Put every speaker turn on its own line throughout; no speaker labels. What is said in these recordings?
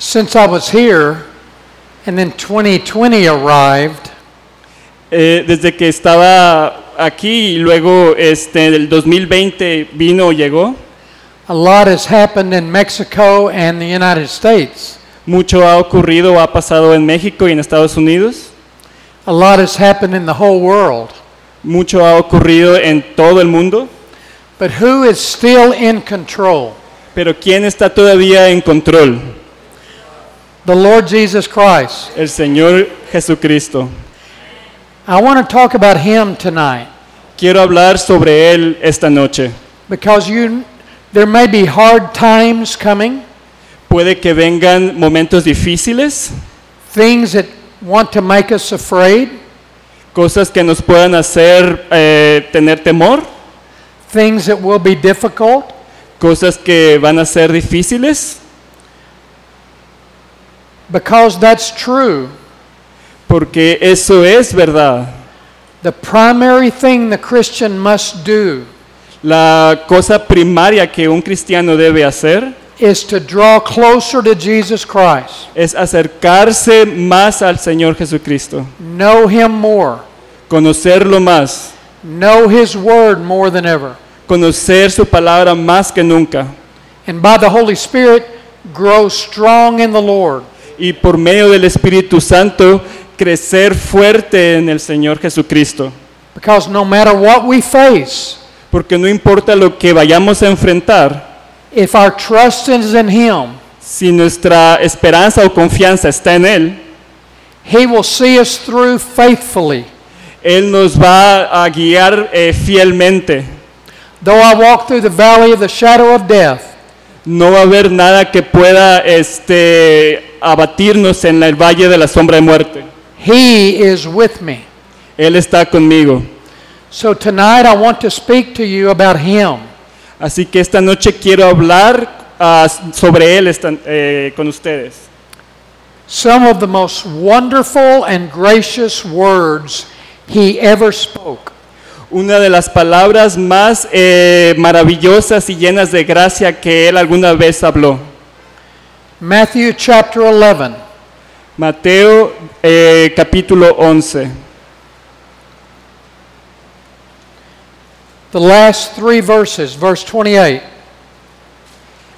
Since I was here, and then 2020 arrived,
Eh, desde que estaba aquí y luego este, el 2020 vino, llegó,
a lot has happened in Mexico and the United States.
mucho ha ocurrido, ha pasado en México y en Estados Unidos,
A lot has happened in the whole world.
mucho ha ocurrido en todo el mundo,
But who is still in control?
pero ¿quién está todavía en control?
The Lord Jesus Christ.
El Señor Jesucristo.
I want to talk about Him tonight
Quiero hablar sobre Él esta noche.
because you, there may be hard times coming,
Puede que vengan momentos difíciles,
things that want to make us afraid,
cosas que nos puedan hacer eh, tener temor,
things that will be difficult.
cosas que van a ser difíciles,
Because that's true.
porque eso es verdad.
The primary thing the Christian must do
La cosa primaria que un cristiano debe hacer
is to draw closer to Jesus Christ,
es acercarse más al Señor Jesucristo,
know Him more,
conocerlo más,
know His Word more than ever,
conocer su palabra más que nunca
and by the Holy Spirit, grow strong in the Lord.
y por medio del Espíritu Santo crecer fuerte en el Señor Jesucristo.
Because no matter what we face,
Porque no importa lo que vayamos a enfrentar,
if our trust is in Him,
si nuestra esperanza o confianza está en Él,
He will see us through faithfully.
Él nos va a guiar eh, fielmente.
Though I walk through the valley of the shadow of death,
No va a haber nada que pueda este, abatirnos en el valle de la sombra de muerte.
He is with me.
Él está conmigo.
So tonight I want to speak to you about Him.
Así que esta noche quiero hablar ah, sobre Él esta- eh, con ustedes.
some of the most wonderful and gracious words he ever spoke.
Una de las palabras más eh, maravillosas y llenas de gracia que Él alguna vez habló.
Matthew chapter 11,
Mateo eh, capítulo 11.
the last three verses, verse 28.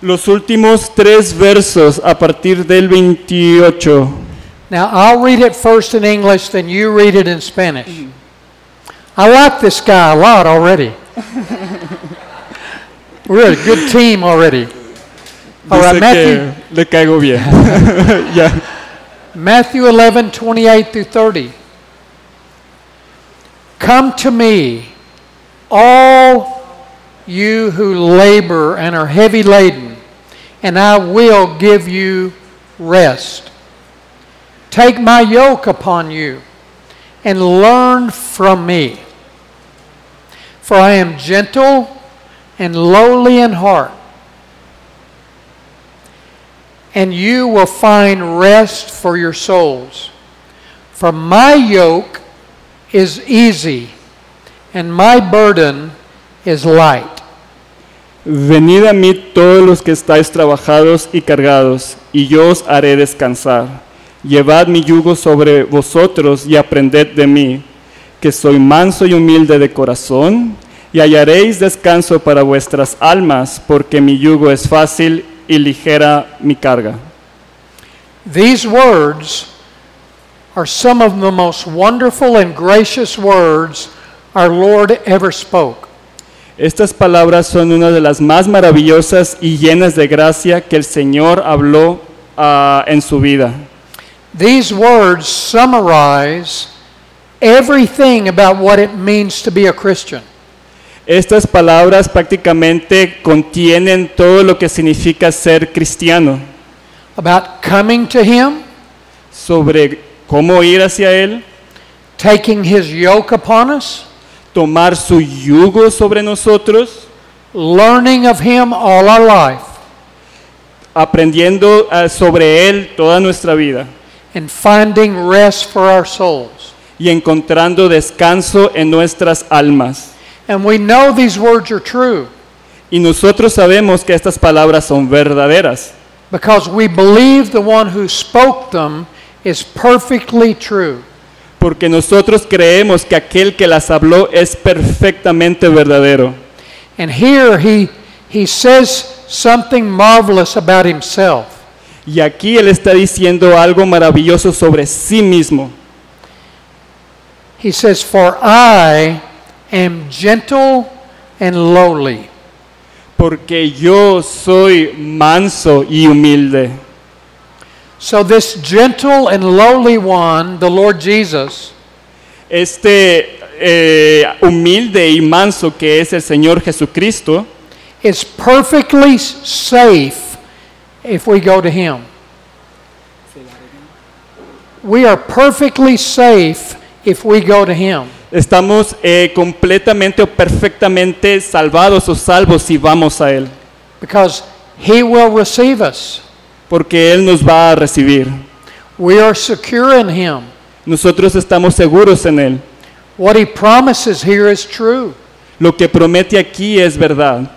Los últimos tres versos a partir del 28.
Now, I'll read it first in English, then you read it in Spanish. I like this guy a lot already. We're a good team already. All right,
Dice
Matthew,
que le caigo bien. Ya.
Matthew 11, 28 through 30. Come to me, all you who labor and are heavy laden, and I will give you rest. Take my yoke upon you and learn from me. For I am gentle and lowly in heart, and you will find rest for your souls. For my yoke is easy, and my burden is light.
Venid a mí todos los que estáis trabajados y cargados, y yo os haré descansar. Llevad mi yugo sobre vosotros y aprended de mí, que soy manso y humilde de corazón, y hallaréis descanso para vuestras almas, porque mi yugo es fácil y ligera mi carga.
These words are some of the most wonderful and gracious words our Lord ever spoke.
Estas palabras son una de las más maravillosas y llenas de gracia que el Señor habló ah, en su vida.
These words summarize everything about what it means to be a Christian.
Estas palabras prácticamente contienen todo lo que significa ser cristiano,
About coming to Him,
sobre cómo ir hacia Él,
taking His yoke upon us,
tomar su yugo sobre nosotros,
learning of Him all our life.
aprendiendo ah, sobre Él toda nuestra vida
and finding rest for our souls.
y encontrando descanso en nuestras almas.
And we know these words are true
Y nosotros sabemos que estas palabras son verdaderas,
because we believe the one who spoke them is perfectly true.
porque nosotros creemos que aquel que las habló es perfectamente verdadero.
And here he, he says something marvelous about himself.
Y aquí él está diciendo algo maravilloso sobre sí mismo.
He says, For I am gentle and lowly.
Porque yo soy manso y humilde.
So, this gentle and lowly one, the Lord Jesus,
Este eh, humilde y manso que es el Señor Jesucristo
is perfectly s- safe if we go to him. We are perfectly safe if we go to him.
estamos eh, completamente o perfectamente salvados o salvos si vamos a Él.
because he will receive us.
Porque Él nos va a recibir.
We are secure in him.
Nosotros estamos seguros en Él.
What he promises here is true.
Lo que promete aquí es verdad.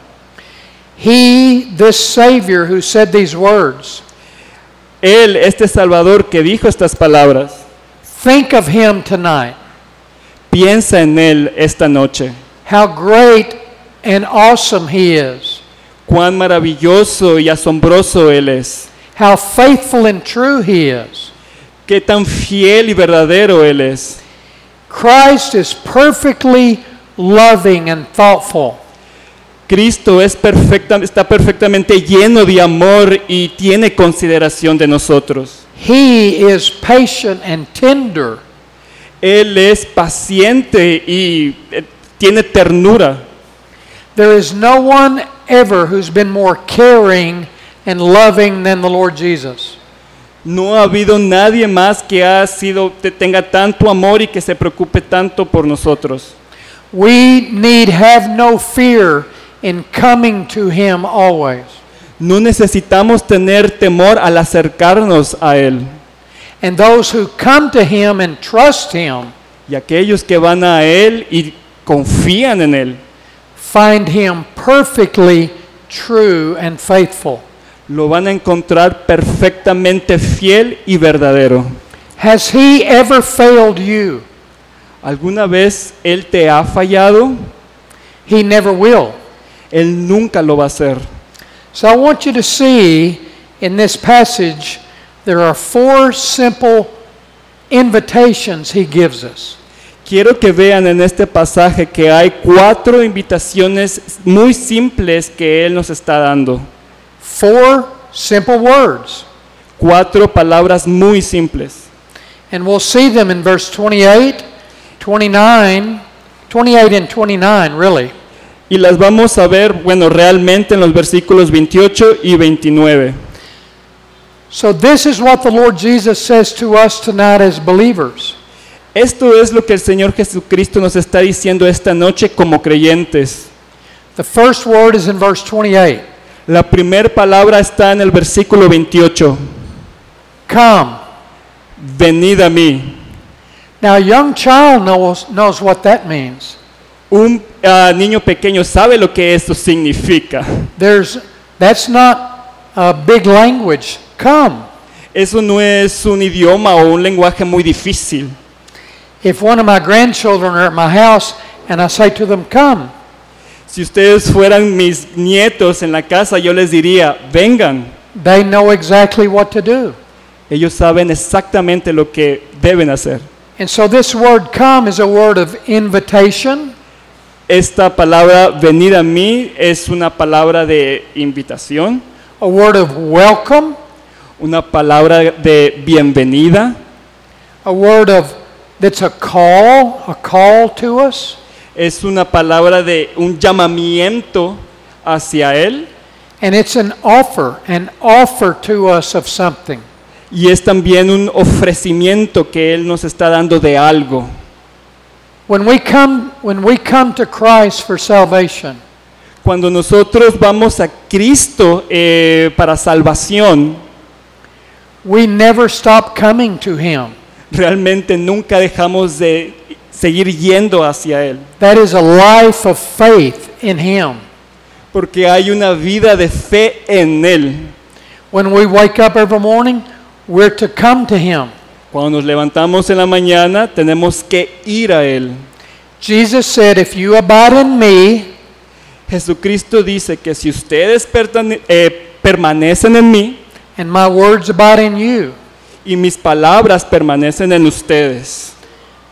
He, this Savior who said these words,
Él, este Salvador que dijo estas palabras,
think of him tonight.
piensa en Él esta noche.
How great and awesome he is.
Cuán maravilloso y asombroso Él es.
How faithful and true he is.
Qué tan fiel y verdadero Él es.
Christ is perfectly loving and thoughtful.
Cristo es perfecta- está perfectamente lleno de amor y tiene consideración de nosotros.
He is patient and tender.
Él es paciente y eh, tiene ternura.
There is no one ever who's been more caring and loving than the Lord Jesus.
No ha habido nadie más que ha sido, te- tenga tanto amor y que se preocupe tanto por nosotros.
We need have no fear in coming to him always.
No necesitamos tener temor al acercarnos a Él.
And those who come to him and trust him
Y aquellos que van a Él y confían en Él,
find him perfectly true and faithful.
lo van a encontrar perfectamente fiel y verdadero.
Has he ever failed you?
¿Alguna vez Él te ha fallado?
He never will.
Él nunca lo va a hacer.
So I want you to see in this passage there are four simple invitations he gives us.
Quiero que vean en este pasaje que hay cuatro invitaciones muy simples que Él nos está dando.
Four simple words.
Cuatro palabras muy simples.
And we'll see them in verse 28, 29, 28 and 29, really.
Y las vamos a ver, bueno, realmente en los versículos 28 y 29.
So this is what the Lord Jesus says to us tonight as believers.
Esto es lo que el Señor Jesucristo nos está diciendo esta noche como creyentes.
The first word is in verse 28.
La primera palabra está en el versículo 28.
Come.
Venid a mí.
Now a young child knows, knows what that means.
Un ah, niño pequeño sabe lo que esto significa.
There's, that's not a big language. Come.
Eso no es un idioma o un lenguaje muy difícil.
If one of my grandchildren are at my house and I say to them, come,
Si ustedes fueran mis nietos en la casa, yo les diría, vengan.
they know exactly what to do.
Ellos saben exactamente lo que deben hacer.
And so this word come is a word of invitation.
Esta palabra, venid a mí, es una palabra de invitación,
a word of welcome,
una palabra de bienvenida,
a word of that's a call, a call to us,
es una palabra de un llamamiento hacia Él
and it's an offer, an offer to us of something.
y es también un ofrecimiento que Él nos está dando de algo.
When we come when we come to Christ for salvation,
Cuando nosotros vamos a Cristo eh, para salvación,
we never stop coming to him.
realmente nunca dejamos de seguir yendo hacia Él,
That is a life of faith in him.
porque hay una vida de fe en Él.
When we wake up every morning, we're to come to Him.
Cuando nos levantamos en la mañana, tenemos que ir a Él.
Jesus said, If you abide in me
Jesucristo dice que si ustedes pertane- eh, permanecen en mí
and my words abide in you.
y mis palabras permanecen en ustedes,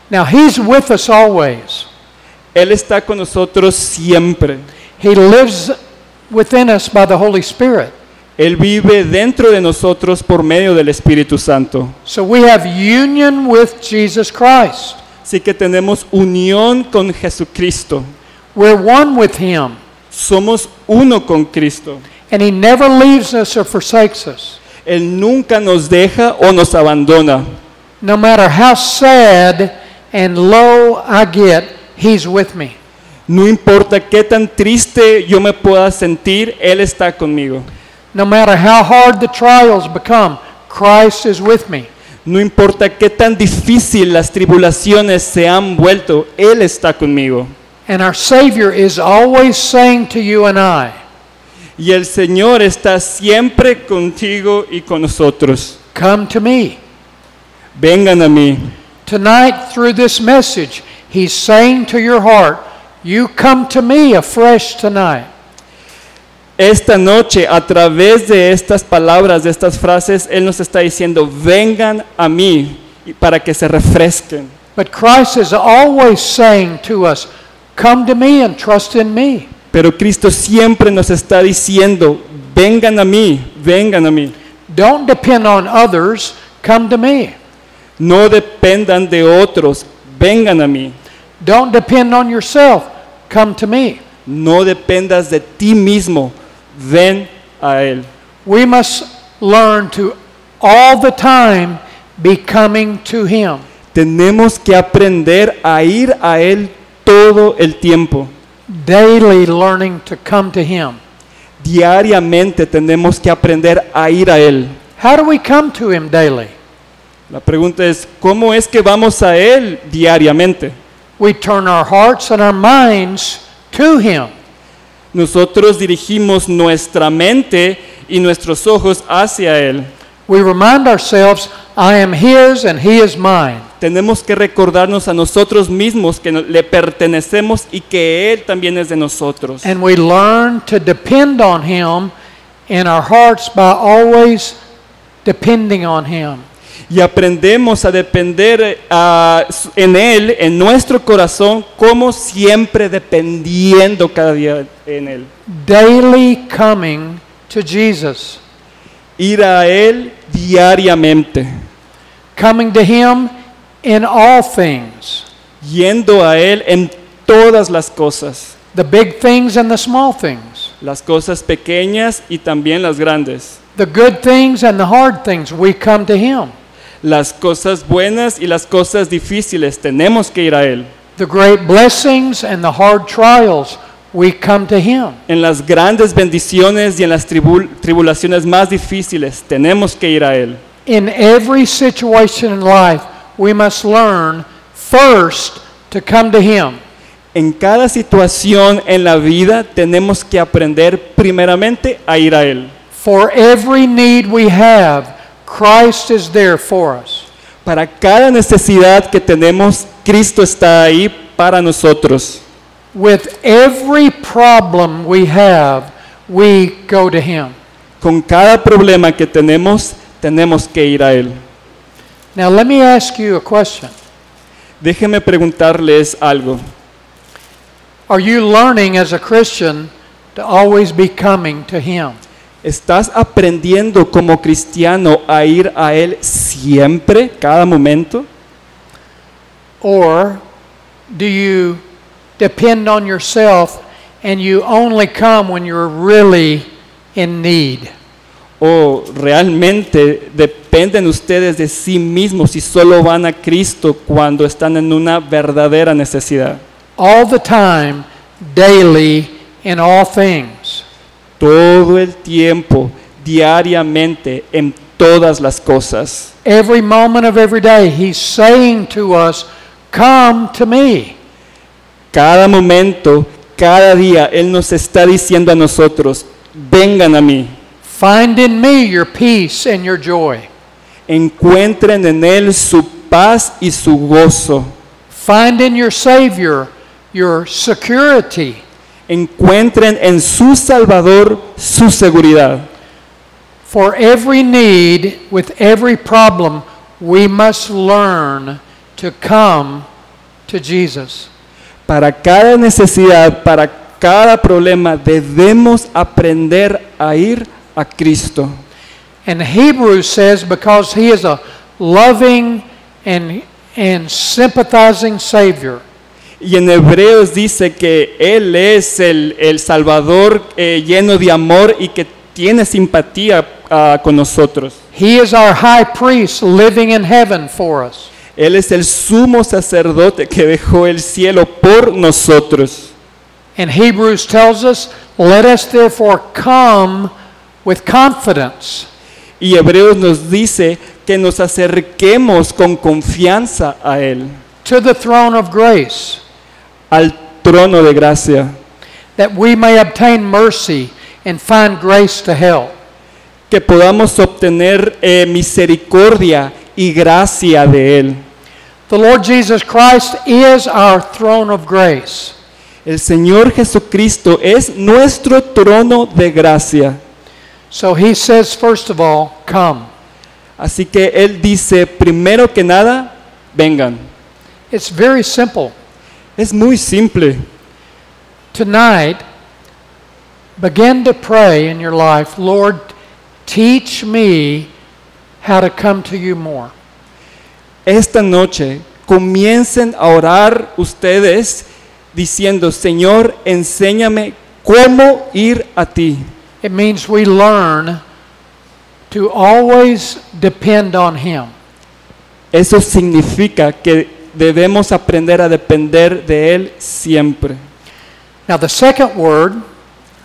Now, He's with us always,
Él está con nosotros siempre.
He lives within us by the Holy Spirit.
Él vive dentro de nosotros por medio del Espíritu Santo.
So we have union with Jesus Christ.
Así que tenemos unión con Jesucristo.
We're one with Him,
Somos uno con Cristo.
and He never leaves us or forsakes us.
Él nunca nos deja o nos abandona.
No matter how sad and low I get, He's with me.
No importa qué tan triste yo me pueda sentir, Él está conmigo.
No matter how hard the trials become, Christ is with me.
No importa qué tan difícil las tribulaciones se han vuelto, Él está conmigo.
And our Savior is always saying to you and I,
Y el Señor está siempre contigo y con nosotros.
Come to me.
Vengan a mí.
Tonight, through this message, He's saying to your heart, You come to me afresh tonight.
Esta noche, a través de estas palabras, de estas frases, Él nos está diciendo, vengan a mí y para que se refresquen.
But Christ is always saying to us, Come to me and trust in me.
Pero Cristo siempre nos está diciendo, vengan a mí, vengan a mí.
Don't depend on others, come to me.
No dependan de otros, vengan a mí.
Don't depend on yourself, come to me.
No dependas de ti mismo, ven a Él.
We must learn to all the time be coming to Him.
Tenemos que aprender a ir a Él todo el tiempo.
Daily learning to come to Him.
Diariamente tenemos que aprender a ir a Él.
How do we come to Him daily?
La pregunta es, ¿cómo es que vamos a Él diariamente?
We turn our hearts and our minds to Him.
Nosotros dirigimos nuestra mente y nuestros ojos hacia Él.
We remind ourselves, I am His and He is mine.
Tenemos que recordarnos a nosotros mismos que no- le pertenecemos y que Él también es de nosotros.
And we learn to depend on Him in our hearts by always depending on Him.
Y aprendemos a depender eh, a- en Él, en nuestro corazón, como siempre dependiendo cada día en Él.
Daily coming to Jesus.
Ir a Él diariamente,
coming to him in all things,
yendo a Él en todas las cosas,
the big things and the small things,
las cosas pequeñas y también las grandes,
the good things and the hard things. We come to him.
las cosas buenas y las cosas difíciles. Tenemos que ir a Él.
The great blessings and the hard trials, we come to him.
En las grandes bendiciones y en las tribul- tribulaciones más difíciles tenemos que ir a Él.
In every situation in life, we must learn first to come to him.
En cada situación en la vida tenemos que aprender primeramente a ir a Él.
For every need we have, Christ is there for us.
Para cada necesidad que tenemos, Cristo está ahí para nosotros.
With every problem we have, we go to him.
Con cada problema que tenemos, tenemos que ir a Él.
Now, let me ask you a question.
Déjenme preguntarles algo.
Are you learning as a Christian to always be coming to Him?
¿Estás aprendiendo como cristiano a ir a Él siempre, cada momento?
Or do you depend on yourself and you only come when you're really in need?
¿O realmente dependen ustedes de sí mismos y solo van a Cristo cuando están en una verdadera necesidad?
All the time, daily, in all things.
Todo el tiempo, diariamente, en todas las cosas.
Every moment of every day, He's saying to us, Come to me.
Cada momento, cada día, Él nos está diciendo a nosotros, vengan a mí.
Find in me your peace and your joy.
Encuentren en Él su paz y su gozo.
Find in your Savior your security.
Encuentren en su Salvador su seguridad.
For every need, with every problem, we must learn to come to Jesus.
Para cada necesidad, para cada problema, debemos aprender a ir a Cristo.
And Hebrews says, because he is a loving and, and sympathizing Savior,
Y en Hebreos dice que Él es el, el Salvador eh, lleno de amor y que tiene simpatía ah, con nosotros.
he is our high priest living in heaven for us.
Él es el sumo sacerdote que dejó el cielo por nosotros.
And Hebrews tells us, let us therefore come with confidence.
Y Hebreos nos dice que nos acerquemos con confianza a Él,
to the throne of grace
al trono de gracia,
that we may obtain mercy and find grace to help.
que podamos obtener eh, misericordia y gracia de Él.
The Lord Jesus Christ is our throne of grace.
El Señor Jesucristo es nuestro trono de gracia.
So he says, first of all, come.
Así que Él dice, primero que nada, vengan.
It's very simple.
Es muy simple.
Tonight, begin to pray in your life, Lord, teach me how to come to you more.
Esta noche comiencen a orar ustedes diciendo, Señor, enséñame cómo ir a ti.
It means we learn to always depend on him.
Eso significa que debemos aprender a depender de Él siempre.
Now, the second word,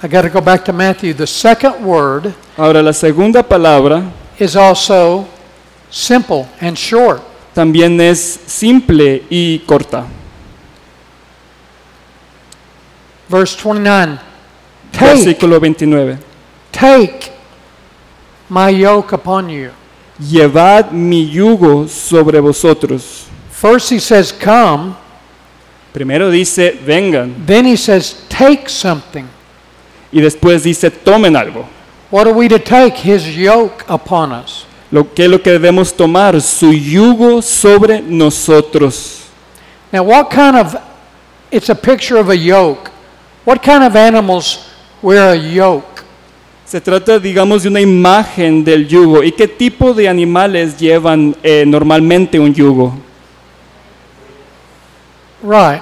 I got to go back to Matthew. The second word
Ahora, la segunda palabra
is also simple and short.
también es simple y corta.
Verse 29 Take,
Versículo 29.
take my yoke upon you.
Llevad mi yugo sobre vosotros.
First, he says, Come.
Primero dice, vengan.
Then, he says, Take something.
Y después dice, tomen algo.
What are we to take? His yoke upon us.
Lo que es lo que debemos tomar, su yugo sobre nosotros.
Now, what kind of, it's a picture of a yoke. What kind of animals wear a yoke?
Se trata, digamos, de una imagen del yugo. ¿Y qué tipo de animales llevan eh, normalmente un yugo?
Right.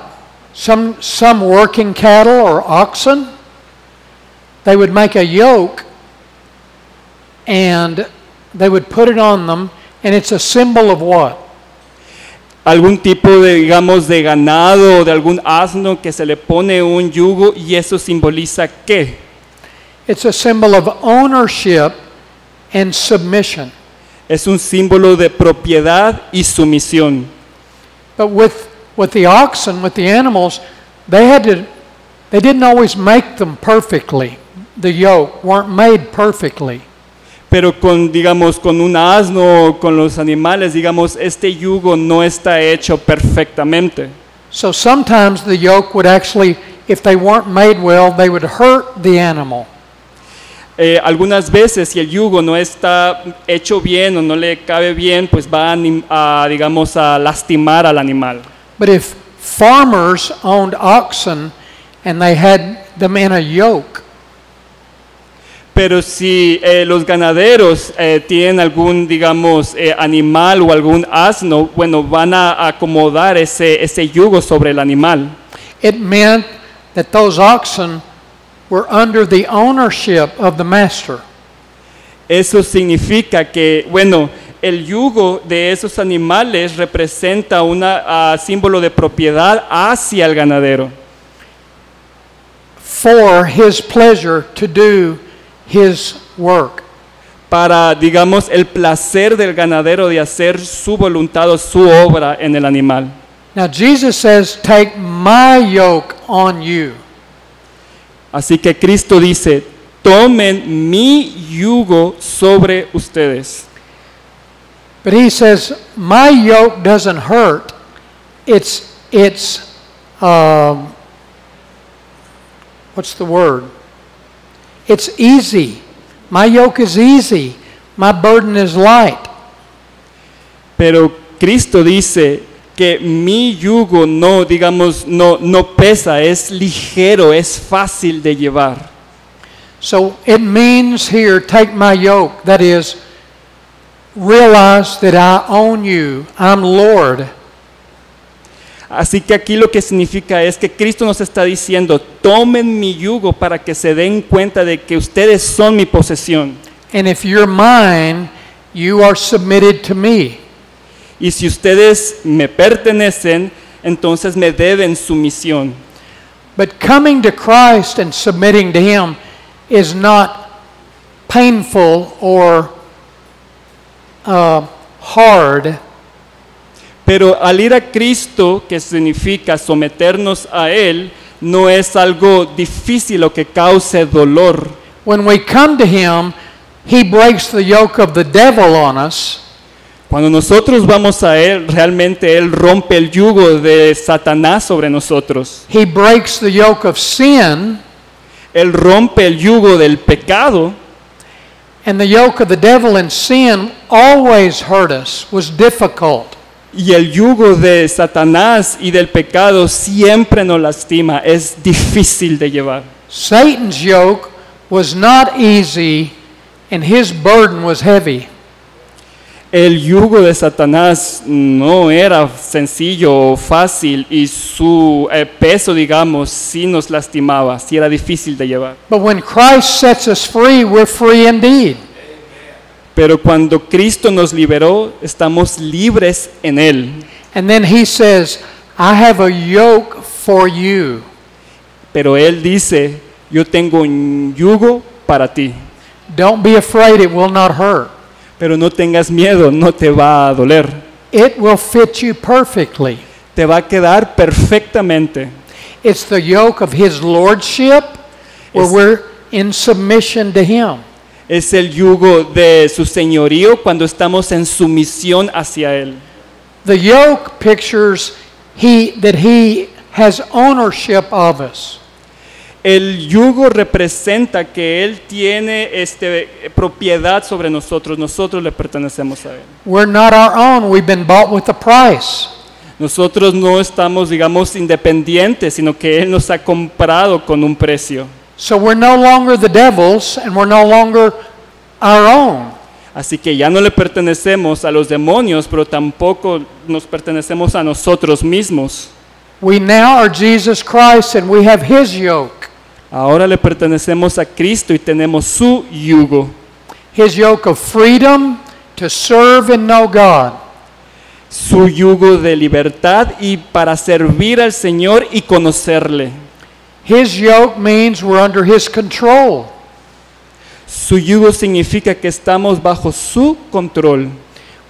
Some, some working cattle or oxen, they would make a yoke and they would put it on them, and it's a symbol of what?
Algún tipo de, digamos, de ganado o de algún asno que se le pone un yugo y eso simboliza qué?
It's a symbol of ownership and submission.
Es un símbolo de propiedad y sumisión.
But with, with the oxen, with the animals, they had to, they didn't always make them perfectly. The yoke weren't made perfectly.
pero con digamos con un asno o con los animales digamos este yugo no está hecho perfectamente
So sometimes the yoke would actually, if they weren't made well, they would hurt the animal.
Eh, algunas veces si el yugo no está hecho bien o no le cabe bien pues va a, anim- a, digamos a lastimar al animal
But if farmers owned oxen and they had them in a yoke,
pero si eh, los ganaderos eh, tienen algún digamos eh, animal o algún asno bueno van a acomodar ese ese yugo sobre el animal
it meant that those oxen were under the ownership of the master.
Eso significa que, bueno, el yugo de esos animales representa un símbolo de propiedad hacia el ganadero,
for his pleasure to do his work.
para, digamos, el placer del ganadero de hacer su voluntad o su obra en el animal.
Now, Jesus says, Take my yoke on you.
Así que Cristo dice, tomen mi yugo sobre ustedes.
But he says, My yoke doesn't hurt. It's, it's, um, what's the word? It's easy. My yoke is easy. My burden is light.
Pero Cristo dice que mi yugo no, digamos, no, no pesa, es ligero, es fácil de llevar.
So it means here, take my yoke. That is, realize that I own you. I'm Lord.
Así que aquí lo que significa es que Cristo nos está diciendo, tomen mi yugo para que se den cuenta de que ustedes son mi posesión.
And if you're mine, you are submitted to me.
Y si ustedes me pertenecen, entonces me deben sumisión.
But coming to Christ and submitting to Him is not painful or uh, hard.
Pero al ir a Cristo, que significa someternos a Él, no es algo difícil o que cause dolor.
When we come to Him, He breaks the yoke of the devil on us,
Cuando nosotros vamos a Él, realmente Él rompe el yugo de Satanás sobre nosotros.
He breaks the yoke of sin,
Él rompe el yugo del pecado.
and the yoke of the devil and sin always hurt us, was difficult.
Y el yugo de Satanás y del pecado siempre nos lastima, es difícil de llevar.
Satan's yoke was not easy, and his burden was heavy.
El yugo de Satanás no era sencillo o fácil y su eh, peso, digamos, sí nos lastimaba, sí era difícil de llevar.
But when Christ sets us free, we're free indeed.
Pero cuando Cristo nos liberó, estamos libres en Él.
And then he says, I have a yoke for you.
Pero Él dice, yo tengo un yugo para ti,
Don't be afraid, it will not hurt.
pero no tengas miedo, no te va a doler,
It will fit you perfectly.
te va a quedar perfectamente.
It's the yoke of his lordship where
Yes.
we're in submission to him.
Es el yugo de su señorío cuando estamos en sumisión hacia Él.
The yoke pictures he that he has ownership of us.
El yugo representa que Él tiene este, eh, propiedad sobre nosotros, nosotros le pertenecemos a Él.
We're not our own, we've been bought with a price.
Nosotros no estamos, digamos, independientes, sino que Él nos ha comprado con un precio.
So we're no longer the devil's and we're no longer our own.
Así que ya no le pertenecemos a los demonios, pero tampoco nos pertenecemos a nosotros mismos.
We now are Jesus Christ and we have his yoke.
Ahora le pertenecemos a Cristo y tenemos su yugo.
His yoke of freedom to serve and know God.
su yugo de libertad y para servir al Señor y conocerle.
His yoke means we're under his control.
Su yugo significa que estamos bajo su control.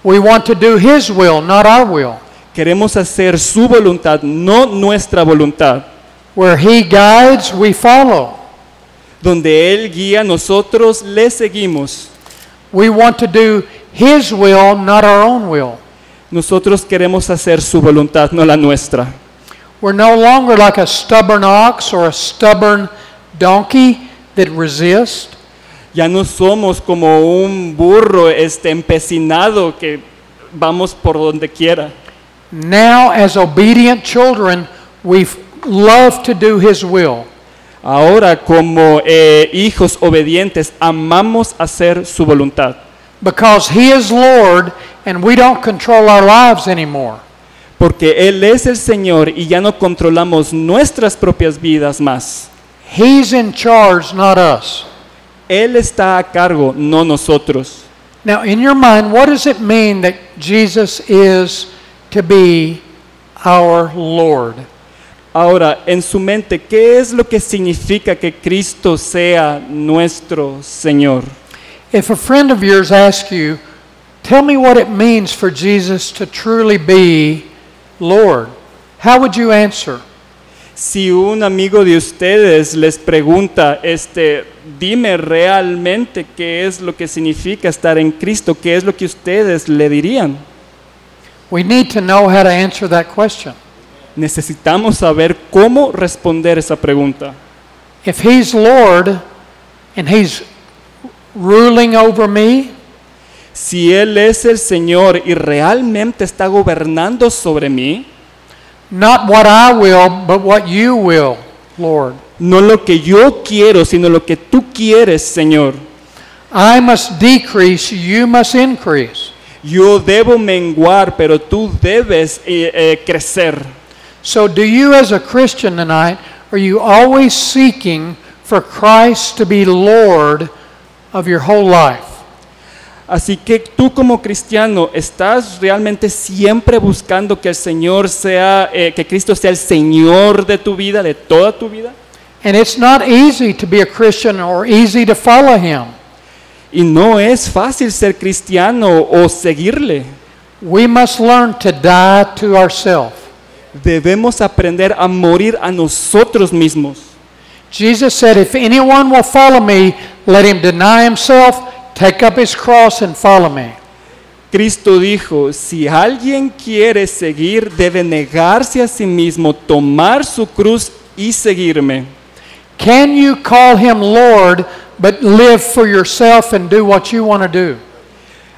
We want to do his will, not our will.
Queremos hacer su voluntad, no nuestra voluntad.
Where he guides, we follow.
Donde Él guía, nosotros le seguimos.
We want to do his will, not our own will.
Nosotros queremos hacer su voluntad, no la nuestra.
We're no longer like a stubborn ox or a stubborn donkey that resist.
Ya no somos como un burro este empecinado que vamos por donde quiera.
Now, as obedient children, we f- love to do his will.
Ahora como eh, hijos obedientes amamos hacer su voluntad,
because he is Lord and we don't control our lives anymore.
porque Él es el Señor y ya no controlamos nuestras propias vidas más.
He's in charge, not us.
Él está a cargo, no nosotros.
Now, in your mind, what does it mean that Jesus is to be our Lord?
Ahora, en su mente, ¿qué es lo que significa que Cristo sea nuestro Señor?
If a friend of yours asks you, tell me what it means for Jesus to truly be Lord, how would you answer?
Si un amigo de ustedes les pregunta, este, dime realmente qué es lo que significa estar en Cristo, qué es lo que ustedes le dirían.
We need to know how to answer that question.
Necesitamos saber cómo responder esa pregunta.
If He's Lord and He's ruling over me,
Si Él es el Señor y realmente está gobernando sobre mí,
not what I will, but what you will, Lord,
no lo que yo quiero, sino lo que tú quieres, Señor.
I must decrease, you must increase.
Yo debo menguar, pero tú debes eh, eh, crecer.
So, do you as a Christian tonight, are you always seeking for Christ to be Lord of your whole life?
Así que tú como cristiano estás realmente siempre buscando que el Señor sea, eh, que Cristo sea el Señor de tu vida, de toda tu vida.
And it's not easy to be a Christian or easy to follow Him.
Y no es fácil ser cristiano o seguirle.
We must learn to die to ourselves.
Debemos aprender a morir a nosotros mismos.
Jesus said, If anyone will follow me, let him deny himself, take up his cross, and follow me.
Cristo dijo, si alguien quiere seguir, debe negarse a sí mismo, tomar su cruz y seguirme.
Can you call him Lord but live for yourself and do what you want to do?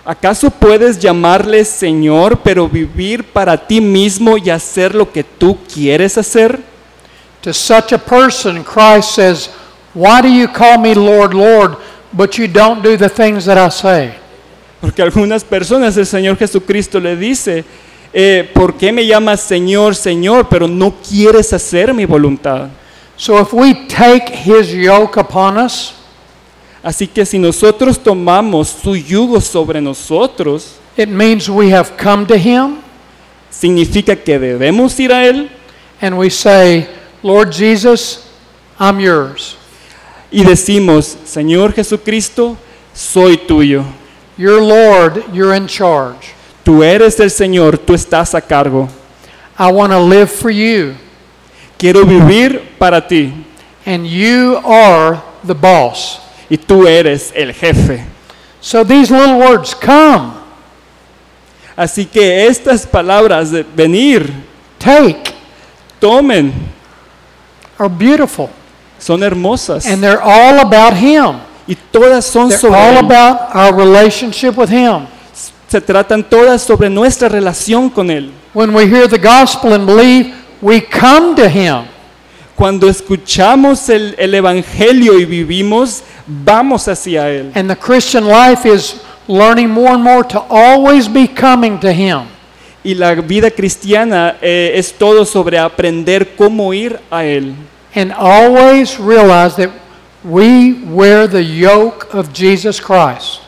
¿Acaso puedes llamarle Señor, pero vivir para ti mismo y hacer lo que tú quieres hacer?
To such a person, Christ says, Why do you call me Lord, Lord, but you don't do the things that I say?
Porque algunas personas el Señor Jesucristo le dice, eh, ¿por qué me llamas Señor, Señor, pero no quieres hacer mi voluntad?
So if we take his yoke upon us,
Así que si nosotros tomamos su yugo sobre nosotros,
it means we have come to him
significa que debemos ir a Él
and we say, Lord Jesus, I'm yours.
y decimos, Señor Jesucristo, soy tuyo.
You're Lord, you're in charge.
Tú eres el Señor, tú estás a cargo.
I want to live for you,
Quiero vivir para ti
and you are the boss.
y tú eres el jefe.
So these little words come,
Así que estas palabras de venir,
take,
tomen,
are beautiful.
son hermosas
And they're all about Him.
y todas son
They're all
sobre Él.
about our relationship with Him.
se tratan todas sobre nuestra relación con él.
When we hear the gospel and believe, we come to Him.
Cuando escuchamos el, el evangelio y vivimos, vamos hacia él.
And the Christian life is learning more and more to always be coming to Him.
Y la vida cristiana eh, es todo sobre aprender cómo ir a Él.
And always realize that we wear the yoke of Jesus Christ.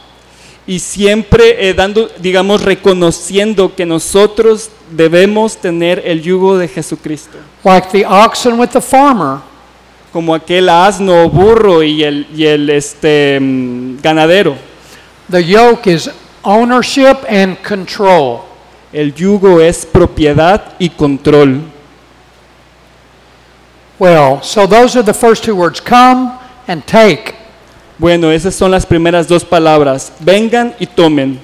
Y siempre eh, dando, digamos, reconociendo que nosotros debemos tener el yugo de Jesucristo.
Like the oxen with the farmer,
Como aquel asno o burro y el, y el este, mm, ganadero.
the yoke is ownership and control.
El yugo es propiedad y control.
Well, so those are the first two words come and take.
Bueno, esas son las primeras dos palabras. Vengan y tomen.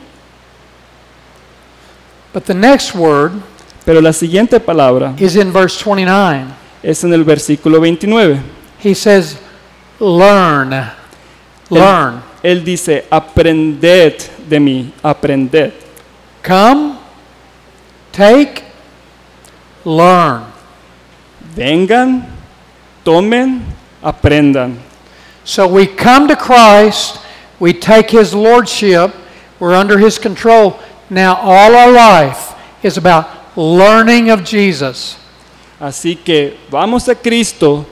But the next word
Pero la siguiente palabra
is in verse 29.
es en el versículo 29.
He says, Learn. Learn.
Él dice, aprended de mí, aprended.
Come, take, learn.
Vengan, tomen, aprendan.
So we come to Christ, we take his lordship, we're under his control. Now all our life is about learning of Jesus.
Así que vamos a Cristo,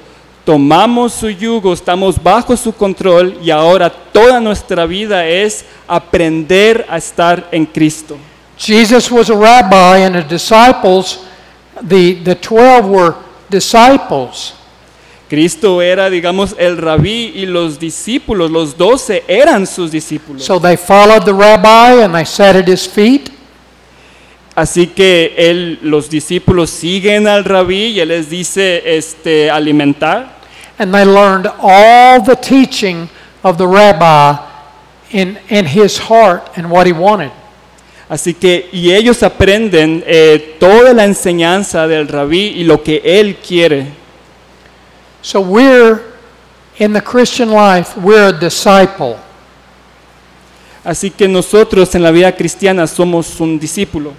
tomamos su yugo, estamos bajo su control y ahora toda nuestra vida es aprender a estar en Cristo.
Jesus was a rabbi, and the disciples, the, the 12 were disciples.
Cristo era, digamos, el rabí y los discípulos, los doce eran sus discípulos.
So they followed the rabbi and they sat at his feet.
Así que él, los discípulos siguen al rabí y él les dice este, alimentar.
And they learned all the teaching of the rabbi in, in his heart and what he wanted.
Así que, y ellos aprenden eh, toda la enseñanza del rabí y lo que él quiere.
So we're in the Christian life, we're a disciple.
Así que nosotros en la vida cristiana somos un discípulo.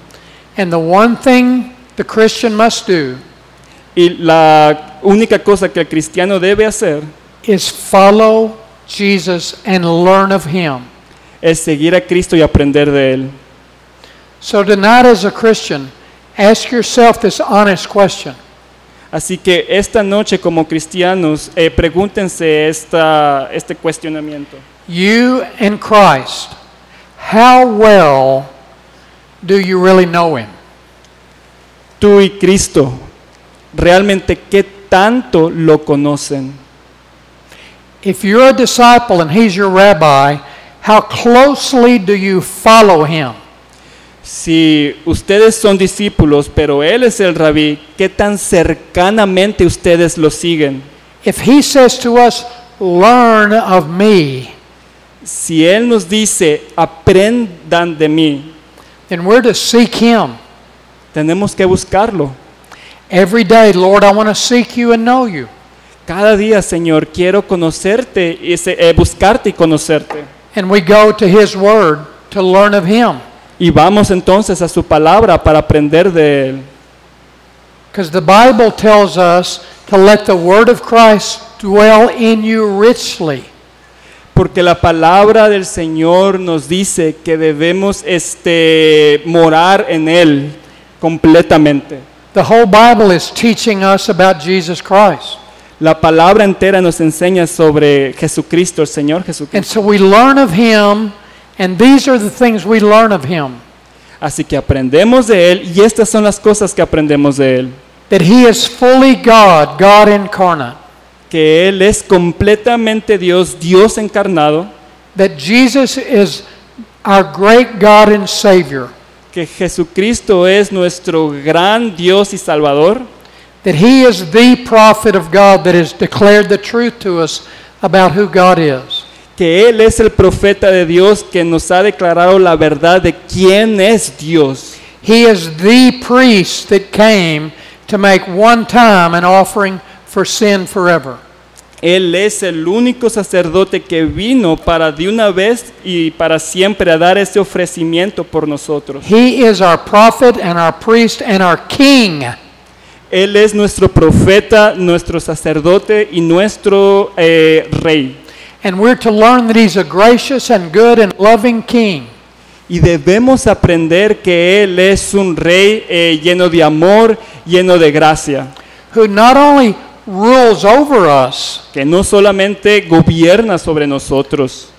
And the one thing the Christian must do
Y la única cosa que el cristiano debe hacer
is follow Jesus and learn of him.
es seguir a Cristo y aprender de él.
So tonight, as a Christian, ask yourself this honest question
Así que esta noche como cristianos, eh, pregúntense esta, este cuestionamiento.
You and Christ, how well do you really know him?
Tú y Cristo, ¿realmente qué tanto lo conocen?
If you're a disciple and he's your rabbi, how closely do you follow him?
Si ustedes son discípulos, pero Él es el rabí, ¿qué tan cercanamente ustedes lo siguen?
If he says to us, Learn of me,
Si Él nos dice, aprendan de mí,
then we're to seek him.
tenemos que buscarlo.
Every day, Lord, I want to seek you and know you.
Cada día, Señor, quiero conocerte, y se- eh, buscarte y conocerte.
And we go to his word to learn of him.
Y vamos entonces a su palabra para aprender de Él.
Because the Bible tells us to let the word of Christ dwell in you richly.
Porque la palabra del Señor nos dice que debemos este, morar en Él completamente.
The whole Bible is teaching us about Jesus Christ.
La palabra entera nos enseña sobre Jesucristo, el Señor
And
Jesucristo.
so we learn of him, and these are the things we learn of him
Así que aprendemos de Él y estas son las cosas que aprendemos de Él.
that he is fully God, God incarnate,
Que Él es completamente Dios, Dios encarnado.
that Jesus is our great God and Savior,
Que Jesucristo es nuestro gran Dios y Salvador.
that he is the prophet of God that has declared the truth to us about who God is.
Que Él es el profeta de Dios que nos ha declarado la verdad de quién es Dios.
He is the priest that came to make one time an offering for sin forever.
Él es el único sacerdote que vino para de una vez y para siempre a dar ese ofrecimiento por nosotros.
He is our prophet and our priest and our king.
Él es nuestro profeta, nuestro sacerdote y nuestro eh, rey.
And we're to learn that he's a gracious and good and loving king.
Y debemos aprender que Él es un rey eh, lleno de amor, lleno de gracia,
who not only rules over us,
que no solamente gobierna sobre nosotros,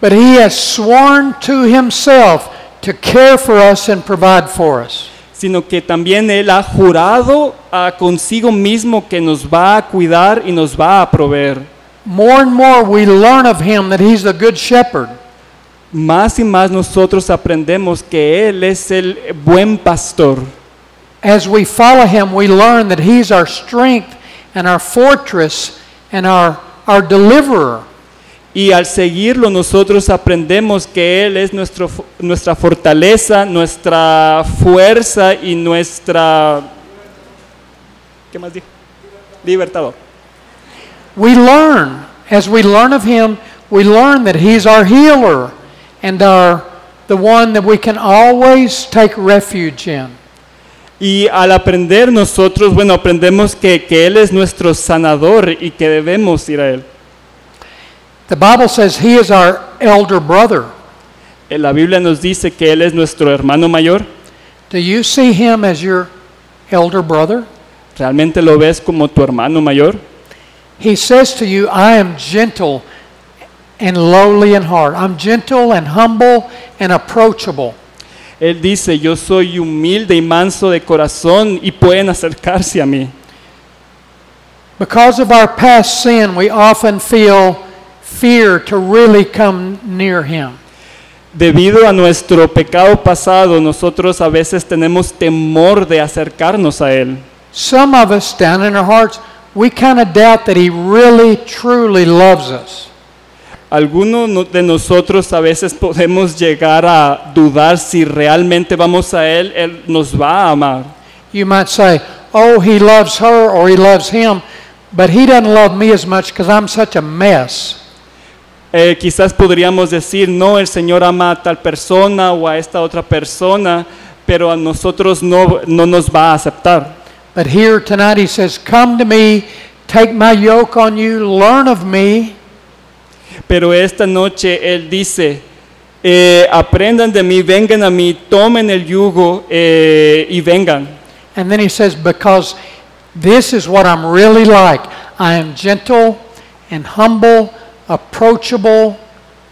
but he has sworn to himself to care for us and provide for us.
sino que también Él ha jurado a consigo mismo que nos va a cuidar y nos va a proveer.
More and more we learn of him that he's the good shepherd,
Más y más nosotros aprendemos que Él es el buen pastor.
As we follow him, we learn that he's our strength and our fortress and our, our deliverer.
Y al seguirlo nosotros aprendemos que Él es nuestro, fo- nuestra fortaleza, nuestra fuerza y nuestra... ¿Qué más dijo? Libertador.
We learn, as we learn of him, we learn that he's our healer and our, the one that we can always take refuge in.
Y al aprender nosotros, bueno, aprendemos que, que Él es nuestro sanador y que debemos ir a Él.
The Bible says he is our elder brother.
Eh, La Biblia nos dice que Él es nuestro hermano mayor.
Do you see him as your elder brother?
¿Realmente lo ves como tu hermano mayor?
He says to you, I am gentle and lowly in heart. I'm gentle and humble and approachable.
Él dice, yo soy humilde y manso de corazón y pueden acercarse a mí.
Because of our past sin, we often feel fear to really come near him.
Debido a nuestro pecado pasado, nosotros a veces tenemos temor de acercarnos a Él.
Some of us down in our hearts, we kind of doubt that He really, truly loves us.
Algunos no- de nosotros a veces podemos llegar a dudar si realmente vamos a Él, Él nos va a amar.
You might say, oh, He loves her or He loves him, but He doesn't love me as much because I'm such a mess.
Eh, quizás podríamos decir, no, el Señor ama a tal persona o a esta otra persona, pero a nosotros no, no nos va a aceptar.
But here tonight he says, Come to me, take my yoke on you, learn of me,
Pero esta noche Él dice, eh, aprendan de mí, vengan a mí, tomen el yugo eh, y vengan.
And then he says, Because this is what I'm really like. I am gentle and humble, approachable,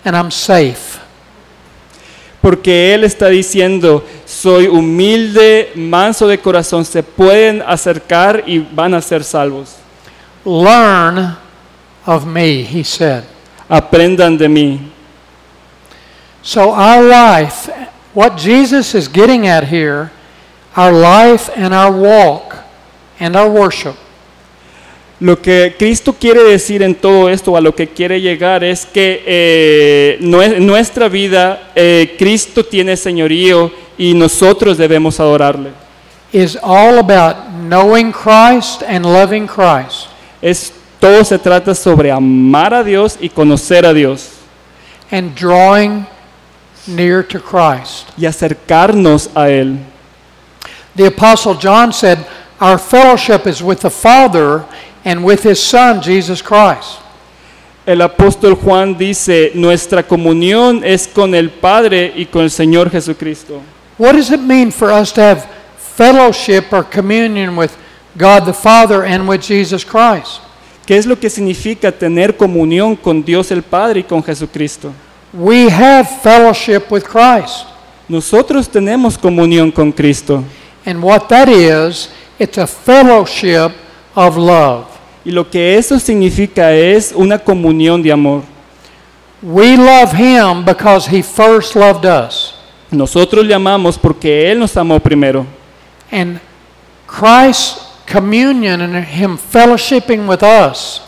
and I'm safe.
Porque Él está diciendo, soy humilde, manso de corazón, se pueden acercar y van a ser salvos.
Learn of me, he said.
Aprendan de mí.
So, our life, what Jesus is getting at here, our life and our walk and our worship
Lo que Cristo quiere decir en todo esto, a lo que quiere llegar, es que eh, nue- en nuestra vida eh, Cristo tiene señorío y nosotros debemos adorarle.
is all about knowing Christ and loving Christ.
Es, todo se trata sobre amar a Dios y conocer a Dios
and drawing near to Christ.
y acercarnos a Él.
The Apostle John said, Our fellowship is with the Father and with His Son, Jesus Christ.
El apóstol Juan dice, nuestra comunión es con el Padre y con el Señor Jesucristo.
What does it mean for us to have fellowship or communion with God the Father and with Jesus Christ?
¿Qué es lo que significa tener comunión con Dios el Padre y con Jesucristo?
We have fellowship with Christ.
Nosotros tenemos comunión con Cristo
And what that is, it's a fellowship of love.
y lo que eso significa es una comunión de amor.
We love Him because He first loved us.
Nosotros le amamos porque Él nos amó primero
And Christ's communion and Him fellowshipping with us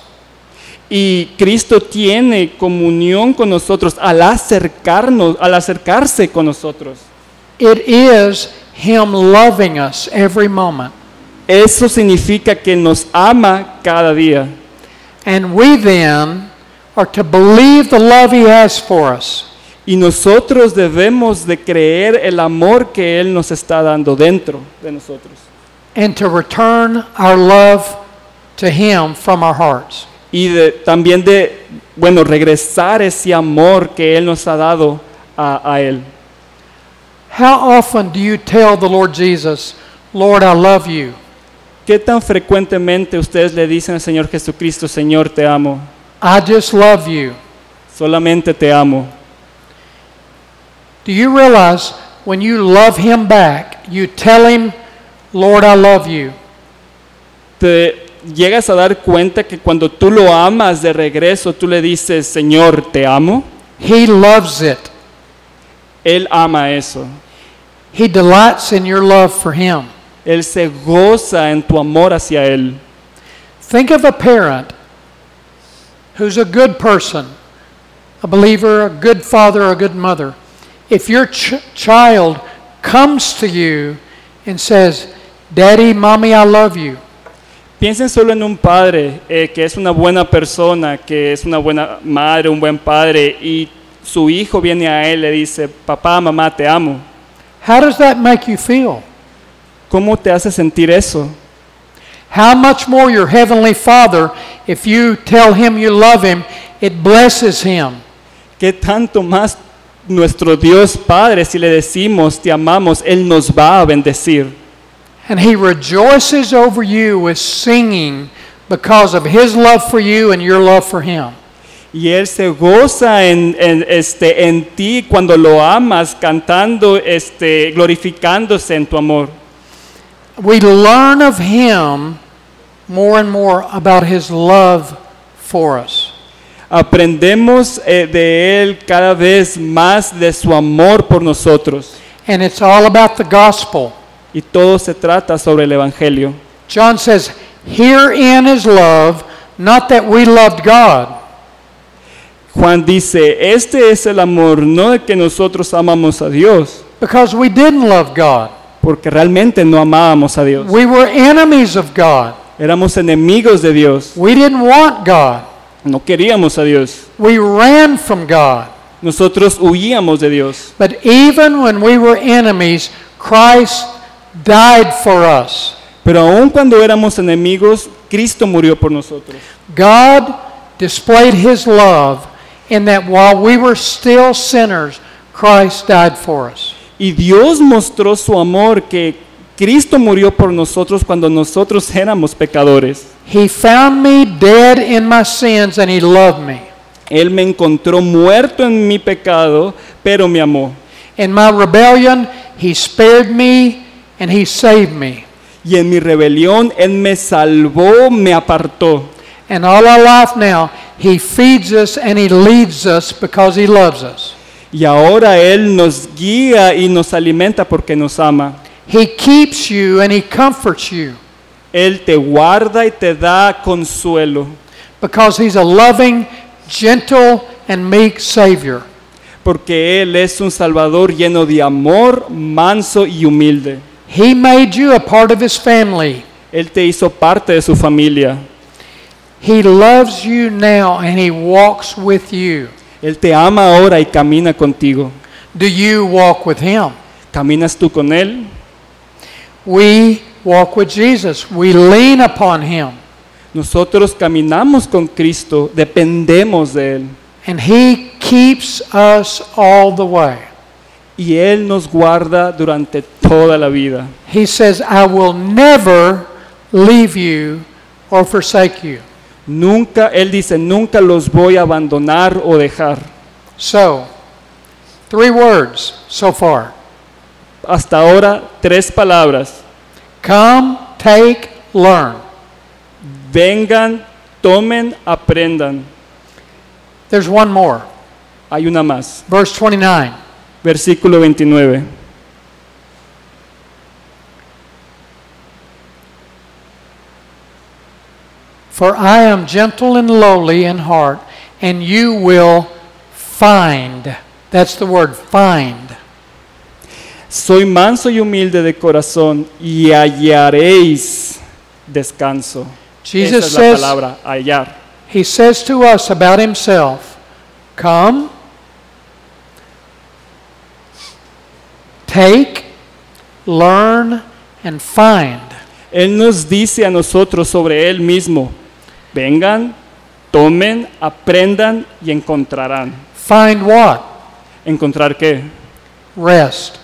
y Cristo tiene comunión con nosotros al acercarnos, al acercarse con nosotros.
It is Him loving us every moment.
Eso significa que nos ama cada día
And we then are to believe the love He has for us.
y nosotros debemos de creer el amor que Él nos está dando dentro de nosotros
And to return our love to Him from our hearts.
y de- también de, bueno, regresar ese amor que Él nos ha dado a, a Él.
How often do you tell the Lord Jesus, Lord, I love you?
¿Qué tan frecuentemente ustedes le dicen al Señor Jesucristo, Señor, te amo?
I just love you.
Solamente te amo.
Do you realize when you love Him back, you tell Him, Lord, I love you?
Te llegas a dar cuenta que cuando tú lo amas de regreso, tú le dices, Señor, te amo.
He loves it.
Él ama eso.
He delights in your love for him.
Él se goza en tu amor hacia Él.
Think of a parent who's a good person, a believer, a good father, a good mother. If your ch- child comes to you and says, Daddy, Mommy, I love you,
Piensen solo en un padre eh, que es una buena persona, que es una buena madre, un buen padre, y su hijo viene a él y le dice, papá, mamá, te amo.
how does that make you feel?
¿Cómo te hace sentir eso?
How much more your heavenly father, if you tell him you love him, it blesses him.
¿Qué tanto más nuestro Dios Padre, si le decimos, te amamos, Él nos va a bendecir?
And he rejoices over you with singing because of his love for you and your love for him.
Y Él se goza en, en, este, en ti cuando lo amas, cantando, este, glorificándose en tu amor.
We learn of him more and more about his love for us.
Aprendemos eh, de Él cada vez más de su amor por nosotros.
And it's all about the gospel.
Y todo se trata sobre el Evangelio.
John says, Herein is love, not that we loved God,
Juan dice, este es el amor, no de que nosotros amamos a Dios,
because we didn't love God.
porque realmente no amábamos a Dios.
We were enemies of God.
Éramos enemigos de Dios,
We didn't want God.
no queríamos a Dios,
We ran from God.
nosotros huíamos de Dios.
But even when we were enemies, Christ died for us.
Pero aun cuando éramos enemigos, Cristo murió por nosotros.
God displayed his love in that while we were still sinners, Christ died for us.
Y Dios mostró su amor que Cristo murió por nosotros cuando nosotros éramos pecadores.
He found me dead in my sins and he loved me.
Él me encontró muerto en mi pecado, pero me amó.
In my rebellion, he spared me and he saved me.
Y en mi rebelión Él me salvó, me apartó.
And all our life now, he feeds us and he leads us because he loves us.
Y ahora Él nos guía y nos alimenta porque nos ama.
He keeps you and he comforts you
Él te guarda y te da consuelo.
because he's a loving, gentle, and meek Savior.
Porque Él es un Salvador lleno de amor, manso y humilde.
He made you a part of his family.
Él te hizo parte de su familia.
He loves you now and he walks with you.
Él te ama ahora y camina contigo.
Do you walk with him?
¿Caminas tú con Él?
We walk with Jesus. We lean upon him
Nosotros caminamos con Cristo, dependemos de Él.
and he keeps us all the way.
Y Él nos guarda durante toda la vida.
He says, I will never leave you or forsake you.
Nunca, Él dice, nunca los voy a abandonar o dejar.
So, three words so far
Hasta ahora, tres palabras.
come, take, learn.
Vengan, tomen, aprendan.
There's one more.
Hay una más.
Verse 29.
Versículo 29.
For I am gentle and lowly in heart, and you will find. That's the word, find.
Soy manso y humilde de corazón y hallaréis descanso.
Jesus
Esa es la
says,
palabra, hallar.
He says to us about Himself, Come, take, learn, and find.
Él nos dice a nosotros sobre Él mismo, vengan, tomen, aprendan y encontrarán.
Find what?
¿Encontrar qué?
Rest.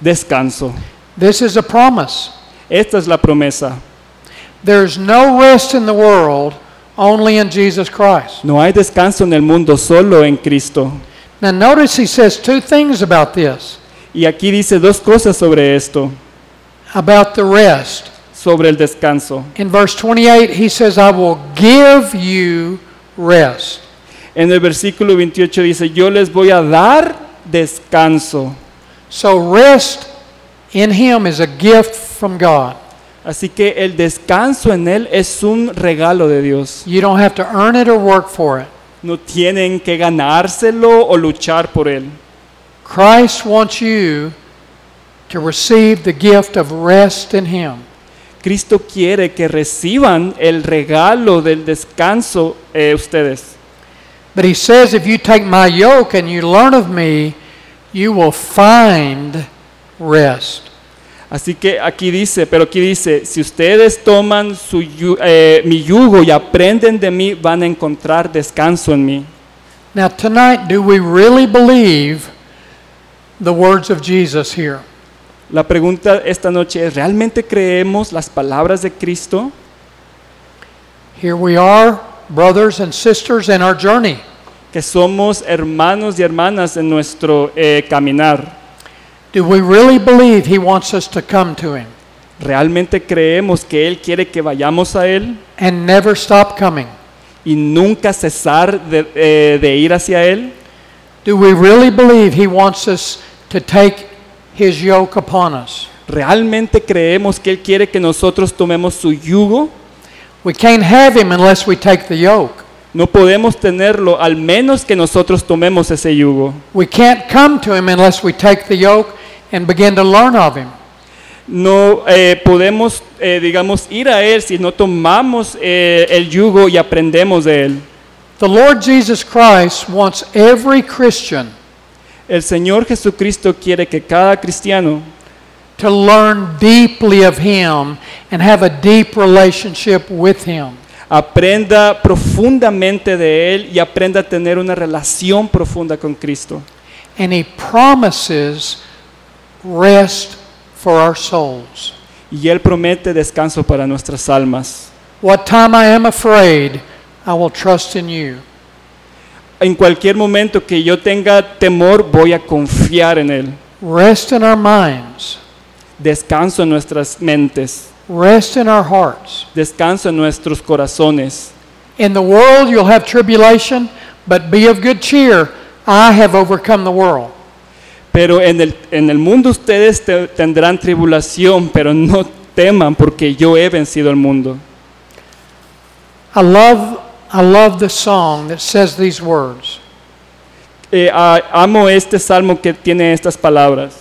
Descanso.
This is a promise.
Esta es la promesa.
There's no rest in the world, only in Jesus Christ.
No hay descanso en el mundo, solo en Cristo.
Now, notice he says two things about this
Y aquí dice dos cosas sobre esto,
about the rest.
sobre el descanso.
In verse 28, he says, I will give you rest.
En el versículo 28 dice, yo les voy a dar descanso.
So, rest in him is a gift from God.
Así que el descanso en Él es un regalo de Dios.
You don't have to earn it or work for it.
No tienen que ganárselo o luchar por Él.
Christ wants you to receive the gift of rest in him.
Cristo quiere que reciban el regalo del descanso eh, ustedes.
But he says, If you take my yoke and you learn of me, you will find rest.
Así que aquí dice, pero aquí dice, si ustedes toman su yu- eh, mi yugo y aprenden de mí, van a encontrar descanso en mí.
Now, tonight, do we really believe the words of Jesus here?
La pregunta esta noche es, ¿realmente creemos las palabras de Cristo?
Here we are, brothers and sisters, in our journey.
Que somos hermanos y hermanas en nuestro eh, caminar.
Do we really believe He wants us to come to Him
¿Realmente creemos que Él quiere que vayamos a Él
and never stop coming?
y nunca cesar de, eh, de ir hacia Él?
Do we really believe He wants us to take His yoke upon us?
¿Realmente creemos que Él quiere que nosotros tomemos su yugo?
We can't have Him unless we take the yoke.
No podemos tenerlo al menos que nosotros tomemos ese yugo.
We can't come to Him unless we take the yoke and begin to learn of Him.
No eh, podemos, eh, digamos, ir a Él si no tomamos eh, el yugo y aprendemos de Él.
The Lord Jesus Christ wants every Christian
El Señor Jesucristo quiere que cada cristiano
to learn deeply of Him and have a deep relationship with Him.
aprenda profundamente de Él y aprenda a tener una relación profunda con Cristo.
And He promises rest for our souls.
Y Él promete descanso para nuestras almas.
What time I am afraid, I will trust in you.
En cualquier momento que yo tenga temor, voy a confiar en Él.
Rest in our minds,
Descanso en nuestras mentes,
rest in our hearts.
descanso en nuestros corazones.
In the world you'll have tribulation, but be of good cheer. I have overcome the world.
Pero en el, en el mundo ustedes te- tendrán tribulación, pero no teman porque yo he vencido al mundo.
I love, I love the song that says these words
Eh, a- amo este salmo que tiene estas palabras.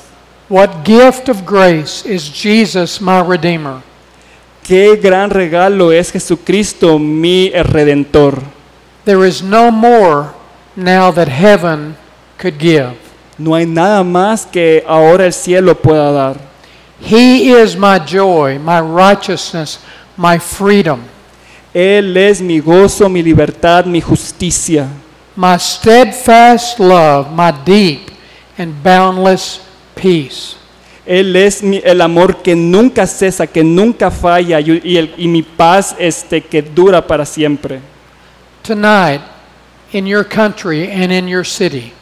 What gift of grace is Jesus, my Redeemer?
Qué gran regalo es Jesucristo, mi redentor.
There is no more now that heaven could give.
No hay nada más que ahora el cielo pueda dar.
He is my joy, my righteousness, my freedom,
Él es mi gozo, mi libertad, mi justicia,
my steadfast love, my deep and boundless peace.
Él es mi- el amor que nunca cesa, que nunca falla y, y el- y mi paz este, que dura para siempre.
Tonight, in your country and in your city,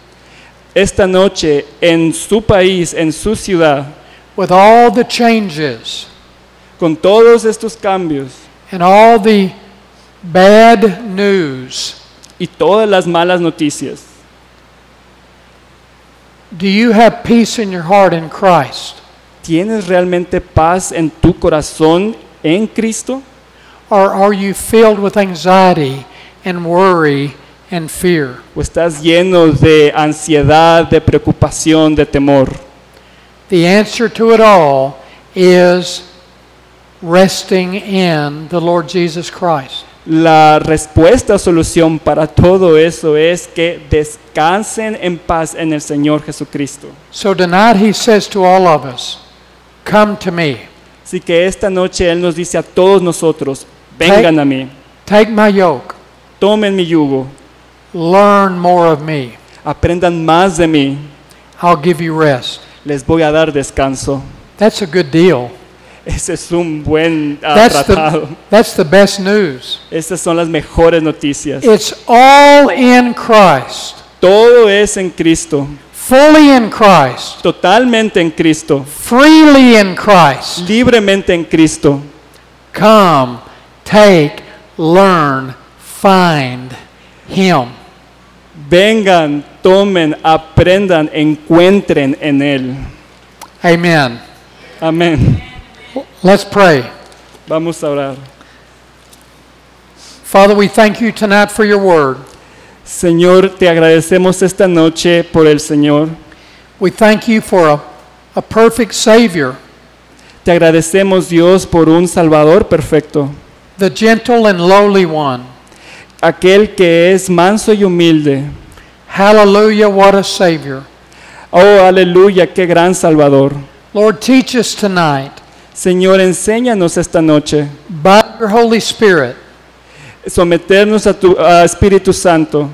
Esta noche, en su país, en su ciudad,
with all the changes
con todos estos cambios
and all the bad news,
y todas las malas noticias,
do you have peace in your heart in Christ?
¿tienes realmente paz en tu corazón en Cristo?
Or are you filled with anxiety and worry and fear?
¿O estás lleno de ansiedad, de preocupación, de temor?
The answer to it all is resting in the Lord Jesus Christ.
La respuesta, solución para todo eso es que descansen en paz en el Señor Jesucristo.
So tonight he says to all of us, Come to me,
Así que esta noche Él nos dice a todos nosotros, vengan a mí,
take my yoke,
tomen mi yugo,
learn more of me.
aprendan más de mí,
I'll give you rest.
les voy a dar descanso.
That's a good deal.
Ese es un buen ah,
That's
tratado.
the, that's the best news.
Estas son las mejores noticias.
It's all in Christ,
Todo es en Cristo,
fully in Christ,
totalmente en Cristo,
freely in Christ.
libremente en Cristo.
Come, take, learn, find Him.
Vengan, tomen, aprendan, encuentren en Él.
Amen.
Amén.
Let's pray.
Vamos a orar.
Father, we thank you tonight for your word.
Señor, te agradecemos esta noche por el Señor.
We thank you for a, a perfect Savior,
Te agradecemos, Dios, por un Salvador perfecto.
the gentle and lowly one.
Aquel que es manso y humilde.
Hallelujah, what a Savior.
Oh, aleluya, qué gran Salvador.
Lord, teach us tonight
Señor, enséñanos esta noche.
by your Holy Spirit
Someternos a tu a Espíritu Santo.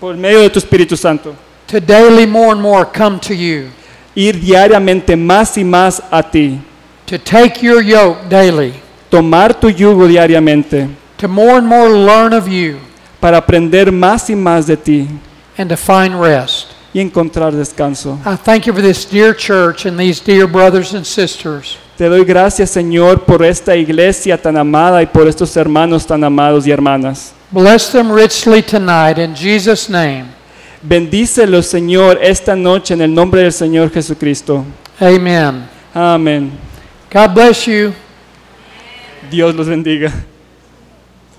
Por medio de tu Espíritu Santo.
to daily more and more come to you,
Ir diariamente más y más a ti.
to take your yoke daily,
tomar tu yugo diariamente
to more and more learn of you,
para aprender más y más de ti
and to find rest.
y encontrar descanso.
I thank you for this dear church and these dear brothers and sisters.
Te doy gracias, Señor, por esta iglesia tan amada y por estos hermanos tan amados y hermanas.
Bless them richly tonight in Jesus' name.
Bendícelos, Señor, esta noche en el nombre del Señor Jesucristo.
Amen.
Amén.
God bless you.
Dios los bendiga.